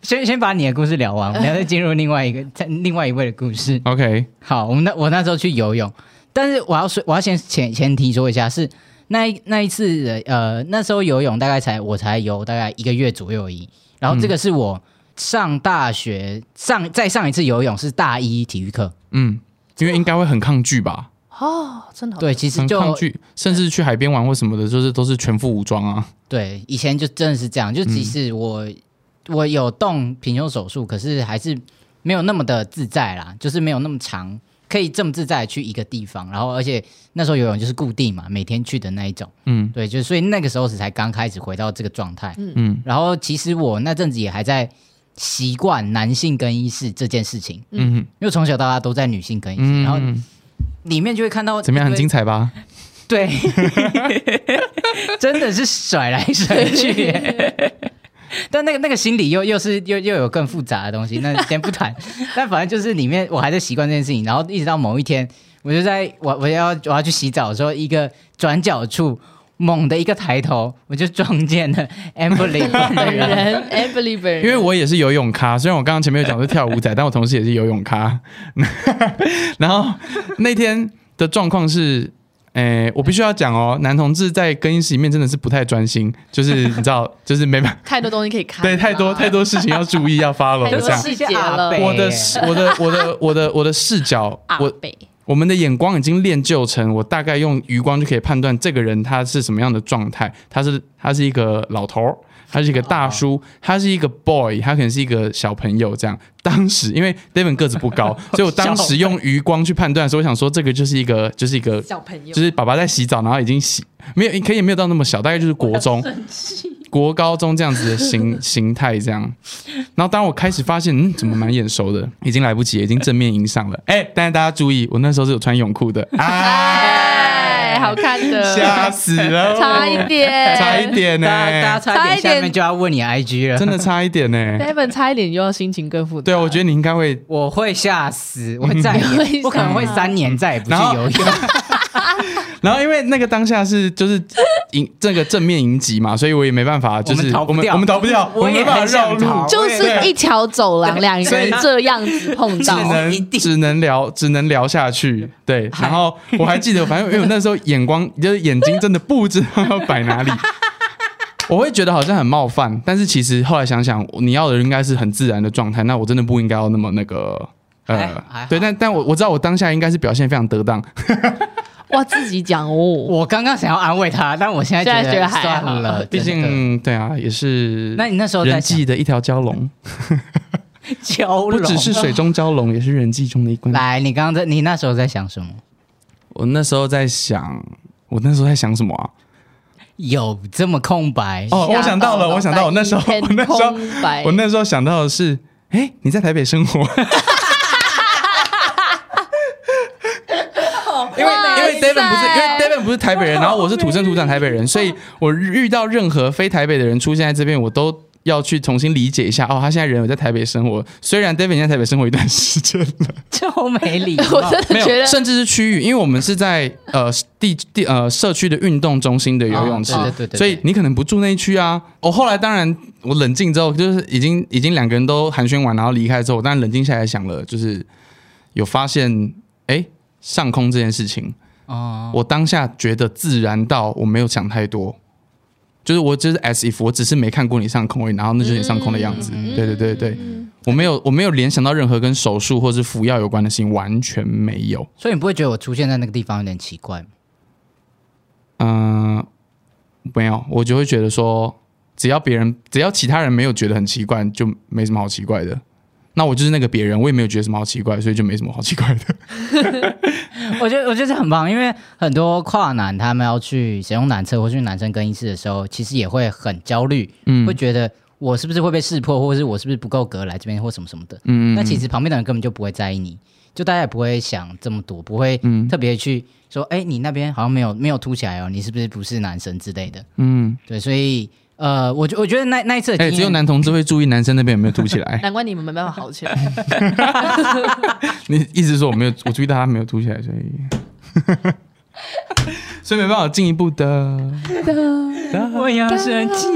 S1: 先先把你的故事聊完，我们再进入另外一个，再另外一位的故事。
S2: OK，
S1: 好，我们那我那时候去游泳，但是我要说，我要先前前提说一下，是那一那一次的呃，那时候游泳大概才我才游大概一个月左右而已。然后这个是我上大学上再上一次游泳是大一体育课，
S2: 嗯，因为应该会很抗 拒吧，
S3: 哦，真的好听
S1: 对，其实
S2: 很
S1: 就
S2: 抗拒，甚至去海边玩或什么的，就是都是全副武装啊。
S1: 对以前就真的是这样，就
S2: 嗯
S1: 即使我、我有动平胸手术，可是还是没有那么的自在啦，就是没有那么长可以这么自在地去一个地方，然后而且那时候游泳就是固定嘛，每天去的那一种。
S2: 嗯
S1: 对，就所以那个时候是才刚开始回到这个状态。
S2: 嗯
S1: 然后其实我那阵子也还在习惯男性更衣室这件事情，
S2: 嗯
S1: 因为从小到大都在女性更衣室，
S2: 嗯，
S1: 然后里面就会看到
S2: 怎么样，很精
S1: 彩，
S2: 彩吧？
S1: 对，真的是甩来甩去 耶。但那个那个心理又又是又又有更复杂的东西，那先不 谈。但反正就是里面我还在习惯这件事情，然后一直到某一天，我就在我我要我要去洗澡的时候，一个转角处猛的一个抬头，我就撞见 了 Amberly
S3: 本
S1: 本人。
S3: 人 Emily 本人，
S2: 因为我也是游泳咖，虽然我刚刚前面有讲是跳舞仔，但 我同时也 是游泳咖。然后那天的状况是，诶、我必须要讲哦，男同志在更衣室里面真的是不太专心，就是你知道，就是没办法，
S3: 太多东西可以看，
S2: 对，太多太。多事情要注意，要 follow
S3: 太
S2: 这
S3: 多
S2: 样。
S3: 细节了
S2: 我的视我的我的我的我的视角，
S3: 阿
S2: 我
S3: 北，
S2: 我们的眼光已经练就成，我大概用余光就可以判断这个人他是什么样的状态。他是他是一个老头儿，他是一个大叔，他是一个 boy，他可能是一个小朋友这样。当时因为 David 个子不高，所以我当时用余光去判断的时候，我想说这个就是一个就是一个
S3: 小朋友
S2: 就是爸爸在洗澡，然后已经洗没有，可以也没有到那么小，大概就是国中、国高中这样子的形 形态这样。然后当我开始发现，嗯，怎么蛮眼熟的，已经来不及了，已经正面迎上了。哎、但是大家注意，我那时候是有穿泳裤的，啊
S3: 哎，好看
S2: 吓
S3: 的，
S2: 死了我，
S3: 差一点，
S2: 差一点呢、
S1: 大家大家差
S3: 差
S1: 一点，
S3: 一
S1: 下
S3: 点
S1: 面就要问你 IG 了。
S2: 真的差一点呢、
S3: Seven 差一点又要心情更复杂。
S2: 对啊，我觉得你应该会。
S1: 我会吓死，我会 再
S3: 你会
S1: 也，我可能会
S3: 吓
S1: 三年再也不去
S2: 然后
S1: 游泳。
S2: 然后因为那个当下是就是迎这个正面迎击嘛，所以我也没办法，就是
S1: 我们逃
S2: 我
S1: 不
S2: 们
S1: 掉
S2: 我们逃不掉，
S1: 我
S2: 我们
S1: 也
S2: 没办
S1: 很
S2: 法
S1: 想
S2: 绕
S1: 逃
S2: 路，
S3: 就是一条走廊，两个人这样子碰
S2: 只
S3: 到，
S1: 哦一
S2: 能
S1: 定
S2: 只能聊，只能聊下去。对，然后我还记得，反正因为我那时候眼光就是眼睛真的不知道要摆 哪里，我会觉得好像很冒犯，但是其实后来想想，你要的应该是很自然的状态，那我真的不应该要那么那个。
S1: 还
S2: 呃
S1: 哎还好，
S2: 对，但但我我知道我当下应该是表现非常得当，
S3: 哇，自己讲哦，
S1: 我刚刚想要安慰他，但我现在
S3: 现在
S1: 觉
S3: 觉
S1: 得哦
S3: 得还
S1: 算
S3: 好
S1: 了，
S2: 毕
S1: 真的。
S2: 竟对啊，也是
S1: 那你那时候在
S2: 人
S1: 想
S2: 际的一条蛟龙，
S1: 蛟
S2: 不
S1: 龙，
S2: 只是水中 蛟龙，也是人际中的一关。
S1: 来，你刚刚在，你那时候在想什么？
S2: 我那时候在想，我那时候在想什么啊？
S1: 有这么空白？
S2: 哦，我想到了，我想到我那时候，我那时候
S3: 空白
S2: 我那时候想到的是，哎、你在台北生活，因为因为 David 不是因为 David 不是台北人，然后我是土生土长台北人，所以
S3: 哦
S2: 我遇到任何非台北的人出现在这边，我都。要去重新理解一下哦，他现在人有在台北生活，虽然 David 已经在台北生活一段时间了，
S1: 超没 礼
S3: 我
S1: 貌。
S3: 真的
S2: 没
S3: 觉
S2: 有，
S3: 得
S2: 甚至是区域，因为我们是在呃地地呃社区的运动中心的游泳池，
S1: 哦对对对对
S2: 所以你可能不住那一区啊。我、后来当然我冷静之后，就是已经已经两个人都寒暄完，然后离开之后，我当然冷静下来想了，就是有发现哎上空这件事情，
S1: 哦，
S2: 我当下觉得自然到我没有想太多。就是我就是 as if 我只是没看过你上空而已，然后那就是你上空的样子。
S1: 嗯
S2: 对对对对，我没有我没有联想到任何跟手术或是服药有关的事情，完全没有。
S1: 所以你不会觉得我出现在那个地方有点奇怪吗？
S2: 嗯，没有，我就会觉得说，只要别人，只要其他人没有觉得很奇怪，就没什么好奇怪的。那我就是那个别人，我也没有觉得什么好奇怪，所以就没什么好奇怪 的。
S1: 我觉得我觉得这很棒，因为很多跨男他们要去使用男厕或去男生更衣室的时候，其实也会很焦虑，
S2: 嗯
S1: 会觉得我是不是会被识破，或者是我是不是不够格来这边或什么什么的。
S2: 嗯，
S1: 那其实旁边的人根本就不会在意你，就大家也不会想这么多，不会
S2: 嗯
S1: 特别去说，哎、你那边好像没有没有凸起来哦，你是不是不是男生之类的？
S2: 嗯，
S1: 对，所以呃，我觉我觉得那那一次的
S2: 哎、
S1: 经
S2: 只有
S1: 验，
S2: 男同志会注意男生那边有没有凸起 来。
S3: 难怪你们没办法好起来。
S2: 你一直说我没有，我注意到他没有凸起来，所以， 所以没办法进一步的。
S1: 我要生 气，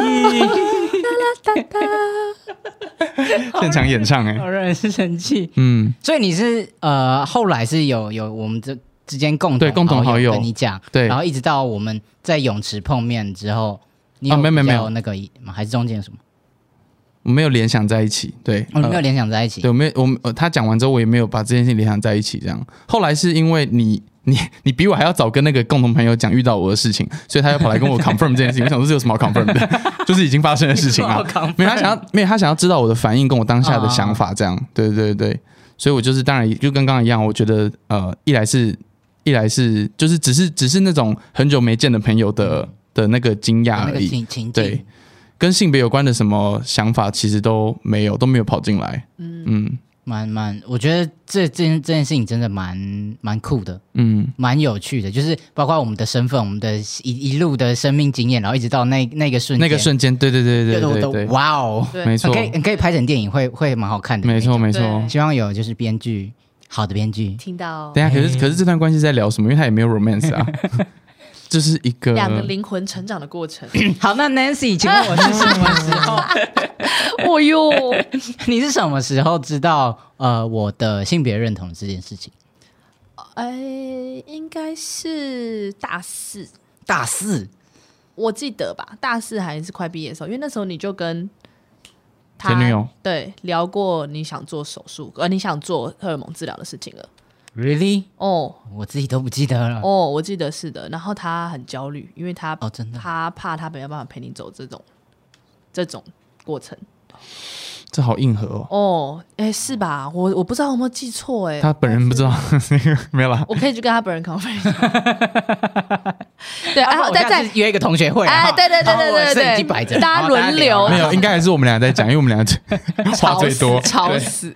S2: 现场演唱、 哎，
S1: 好让人生气。
S2: 嗯，
S1: 所以你是呃，后来是有有我们这之间共同
S2: 对共同好友
S1: 跟你讲，
S2: 对
S1: 然后一直到我们在泳池碰面之后，你有
S2: 啊没有没有没有
S1: 比较那个吗？还是中间有什么？
S2: 我没有联想在一起，对，
S1: 哦，你没
S2: 呃
S1: 有联想在一起
S2: 对，，我没有，我们呃，他讲完之后，我也没有把这件事情联想在一起。这样，后来是因为你，你，你比我还要早跟那个共同朋友讲遇到我的事情，所以他又跑来跟我 confirm 这件事情。我想说这有什么好 confirm 的， 就是已经发生的事 情啊。没有，他想要，没有，他想要知道我的反应跟我当下的想法，这样。对对对，所以我就是当然就跟刚刚一样，我觉得呃，一来是，一来是就是只是只是那种很久没见的朋友的的那个惊
S1: 有
S2: 讶
S1: 那
S2: 而
S1: 个
S2: 已。
S1: 情情境
S2: 对。，跟性别有关的什么想法其实都没有，都没有跑进来。嗯
S1: 蛮蛮，我觉得这这件这件事情真的蛮蛮酷的，
S2: 嗯，
S1: 蛮有趣的，就是包括我们的身份，我们的一一路的生命经验，然后一直到那那个瞬间，
S2: 那个瞬间，对对对
S1: 就
S2: 对
S1: 是
S2: 对
S1: 我的
S2: 对，
S1: 哇哦，
S3: 对
S2: 没
S1: 你
S2: 错
S1: 可，以你可以拍成电影，会会蛮好看的，
S2: 没错没错。
S3: 对
S1: 希望有就是编剧好的编剧，
S3: 听到
S2: 等一下，可是可是这段关系在聊什么？因为他也没有 romance 啊，就是一个
S3: 两个灵魂成长的过程，
S1: 好，那 Nancy，请问我是什么时候？
S3: 哦哟，
S1: 你是什么时候知道呃我的性别认同这件事情？
S3: 哎，应该是大四，
S1: 大四
S3: 我记得吧，大四还是快毕业的时候，因为那时候你就跟他
S2: 前女友
S3: 对聊过你想做手术，呃，你想做荷尔蒙治疗的事情了。
S1: ，really？
S3: 哦
S1: 我自己都不记得
S2: 嗯
S1: 了。
S3: 哦，我记得是的。然后他很焦虑，因为他、
S1: 哦，真的，
S3: 他怕他没有办法陪你走这种这种过程。
S2: 这好硬核哦。
S3: 哦，哎，是吧？我我不知道有没有记错，哎，
S2: 他本人不知道那个 没有啦，
S3: 我可以去跟他本 人 conference。对，然
S1: 啊
S3: 后
S1: 我
S3: 再
S1: 下
S3: 再
S1: 次约一个同学会啊，
S3: 哎，对对对
S1: 然后我
S3: 对
S1: 的摄
S3: 对
S1: 影机
S3: 对，
S1: 摆着，
S3: 大家
S1: 然后
S3: 轮流
S1: 聊
S2: 没有，应该还是我们俩在讲，因为我们俩最 话最多，
S3: 吵死，吵死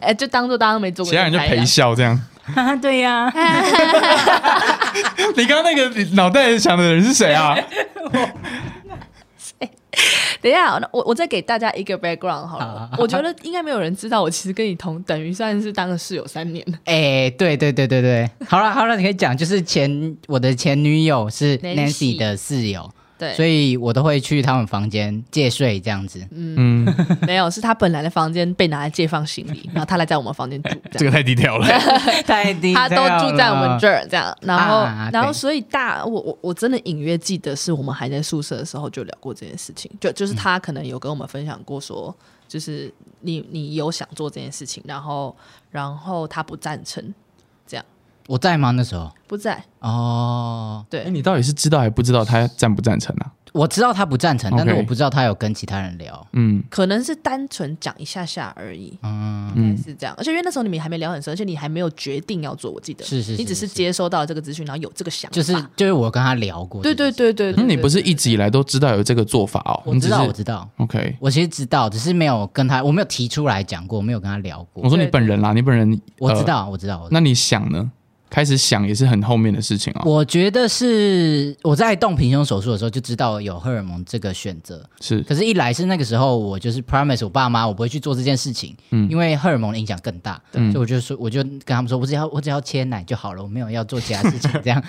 S3: 哎，就当做大家都没做过
S2: 其
S3: 这
S2: 他
S3: 个开
S2: 人
S3: 场，
S2: 就陪笑这样。
S1: 对呀、
S2: 你刚刚那个你脑袋想的人是谁 啊？
S3: 等一下，那我我再给大家一个 background 好
S1: 好
S3: 了
S1: 啊。
S3: 我觉得应该没有人知道，我其实跟你同等于算是当了室友三年。
S1: 哎、对对对对对，好了好了，你可以讲，就是前我的前女友是 Nancy
S3: Nancy
S1: 的室友，
S3: 对，
S1: 所以我都会去他们房间借睡这样子。
S2: 嗯，
S3: 没有是他本来的房间被拿来借放行李，然后他来在我们房间住，这
S2: 这
S3: 样
S2: 个太低调了。
S1: 太低
S3: 他都住在我们这儿，这样。然后，
S1: 啊
S3: 然后
S1: 对
S3: 所以大我我我真的隐约记得是我们还在宿舍的时候就聊过这件事情，就就是他可能有跟我们分享过说，就是你你有想做这件事情，然后然后他不赞成，
S1: 我在吗？那时候
S3: 不在
S1: 哦，
S3: 对。
S2: 哎、你到底是知道还不知道他赞不赞成啊？
S1: 我知道他不赞成，但是
S2: OK
S1: 我不知道他有跟其他人聊。
S2: 嗯
S3: 可能是单纯讲一下下而已，
S1: 嗯，
S3: 嗯，
S2: 嗯，
S3: 是这样。而且因为那时候你们还没聊很深，而且你还没有决定要做，我记得
S1: 是是是
S3: 你只是接收到这个资讯，然后有这个想法，
S1: 就是就是我跟他聊过
S3: 对
S1: 这
S3: 对
S1: 件事，
S3: 对对对
S2: 那嗯你不是一直以来都知道有这个做法哦？
S1: 我知道
S2: 你
S1: 我
S2: 只是
S1: 知道，
S2: OK。
S1: 我其实知道，只是没有跟他，我没有提出来讲过，我没有跟他聊
S2: 我
S1: 过。
S2: 说你本人啦，你本人
S1: 我知、
S2: 呃
S1: 道，我知道，我知道。
S2: 那你想呢？开始想也是很后面的事情哦。
S1: 我觉得是我在动平胸手术的时候就知道有荷尔蒙这个选择，
S2: 是
S1: 可是，一来是那个时候我就是 promise 我爸妈我不会去做这件事情，
S2: 嗯
S1: 因为荷尔蒙的影响更大，
S2: 嗯
S1: 所以我就说我就跟他们说，我只要我只要切奶就好了，我没有要做其他事情这样，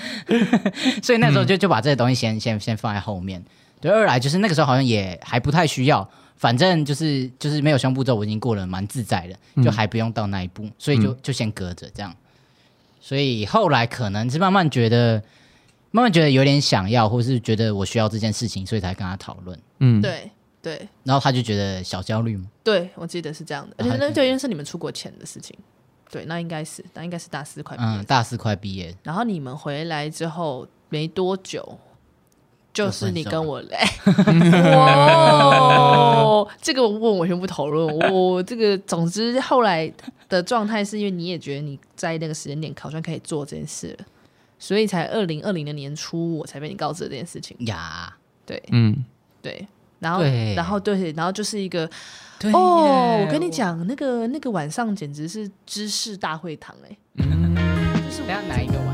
S1: 所以那时
S2: 嗯
S1: 候就就把这个东西先先先放在后面。对，二来就是那个时候好像也还不太需要，反正就是就是没有胸部之后我已经过了蛮自在
S2: 嗯
S1: 的，就还不用到那一步，所以就就先隔着这样。所以后来可能是慢慢觉得，慢慢觉得有点想要，或是觉得我需要这件事情，所以才跟他讨论。
S2: 嗯，
S3: 对对
S1: 然后他就觉得小焦虑嘛，
S3: 对，我记得是这样的。而且
S1: 啊
S3: 那就因为是你们出国前的事情，对，那应该是那应该是大四快毕业
S1: 嗯，，大四快毕业，
S3: 然后你们回来之后没多久。就是你跟我嘞， 哇！这个问我先不讨论。我这个，总之后来的状态是因为你也觉得你在那个时间点好像可以做这件事了，所以才二零二零的年初我才被你告知了这件事情。
S1: 呀，
S3: 对
S2: 嗯，
S3: 对，然后
S1: 对
S3: 然后对，然后就是一个
S1: 对
S3: 哦，我跟你，讲，那个那个晚上简直是知识大会堂哎、就是
S1: 等一下哪一个玩？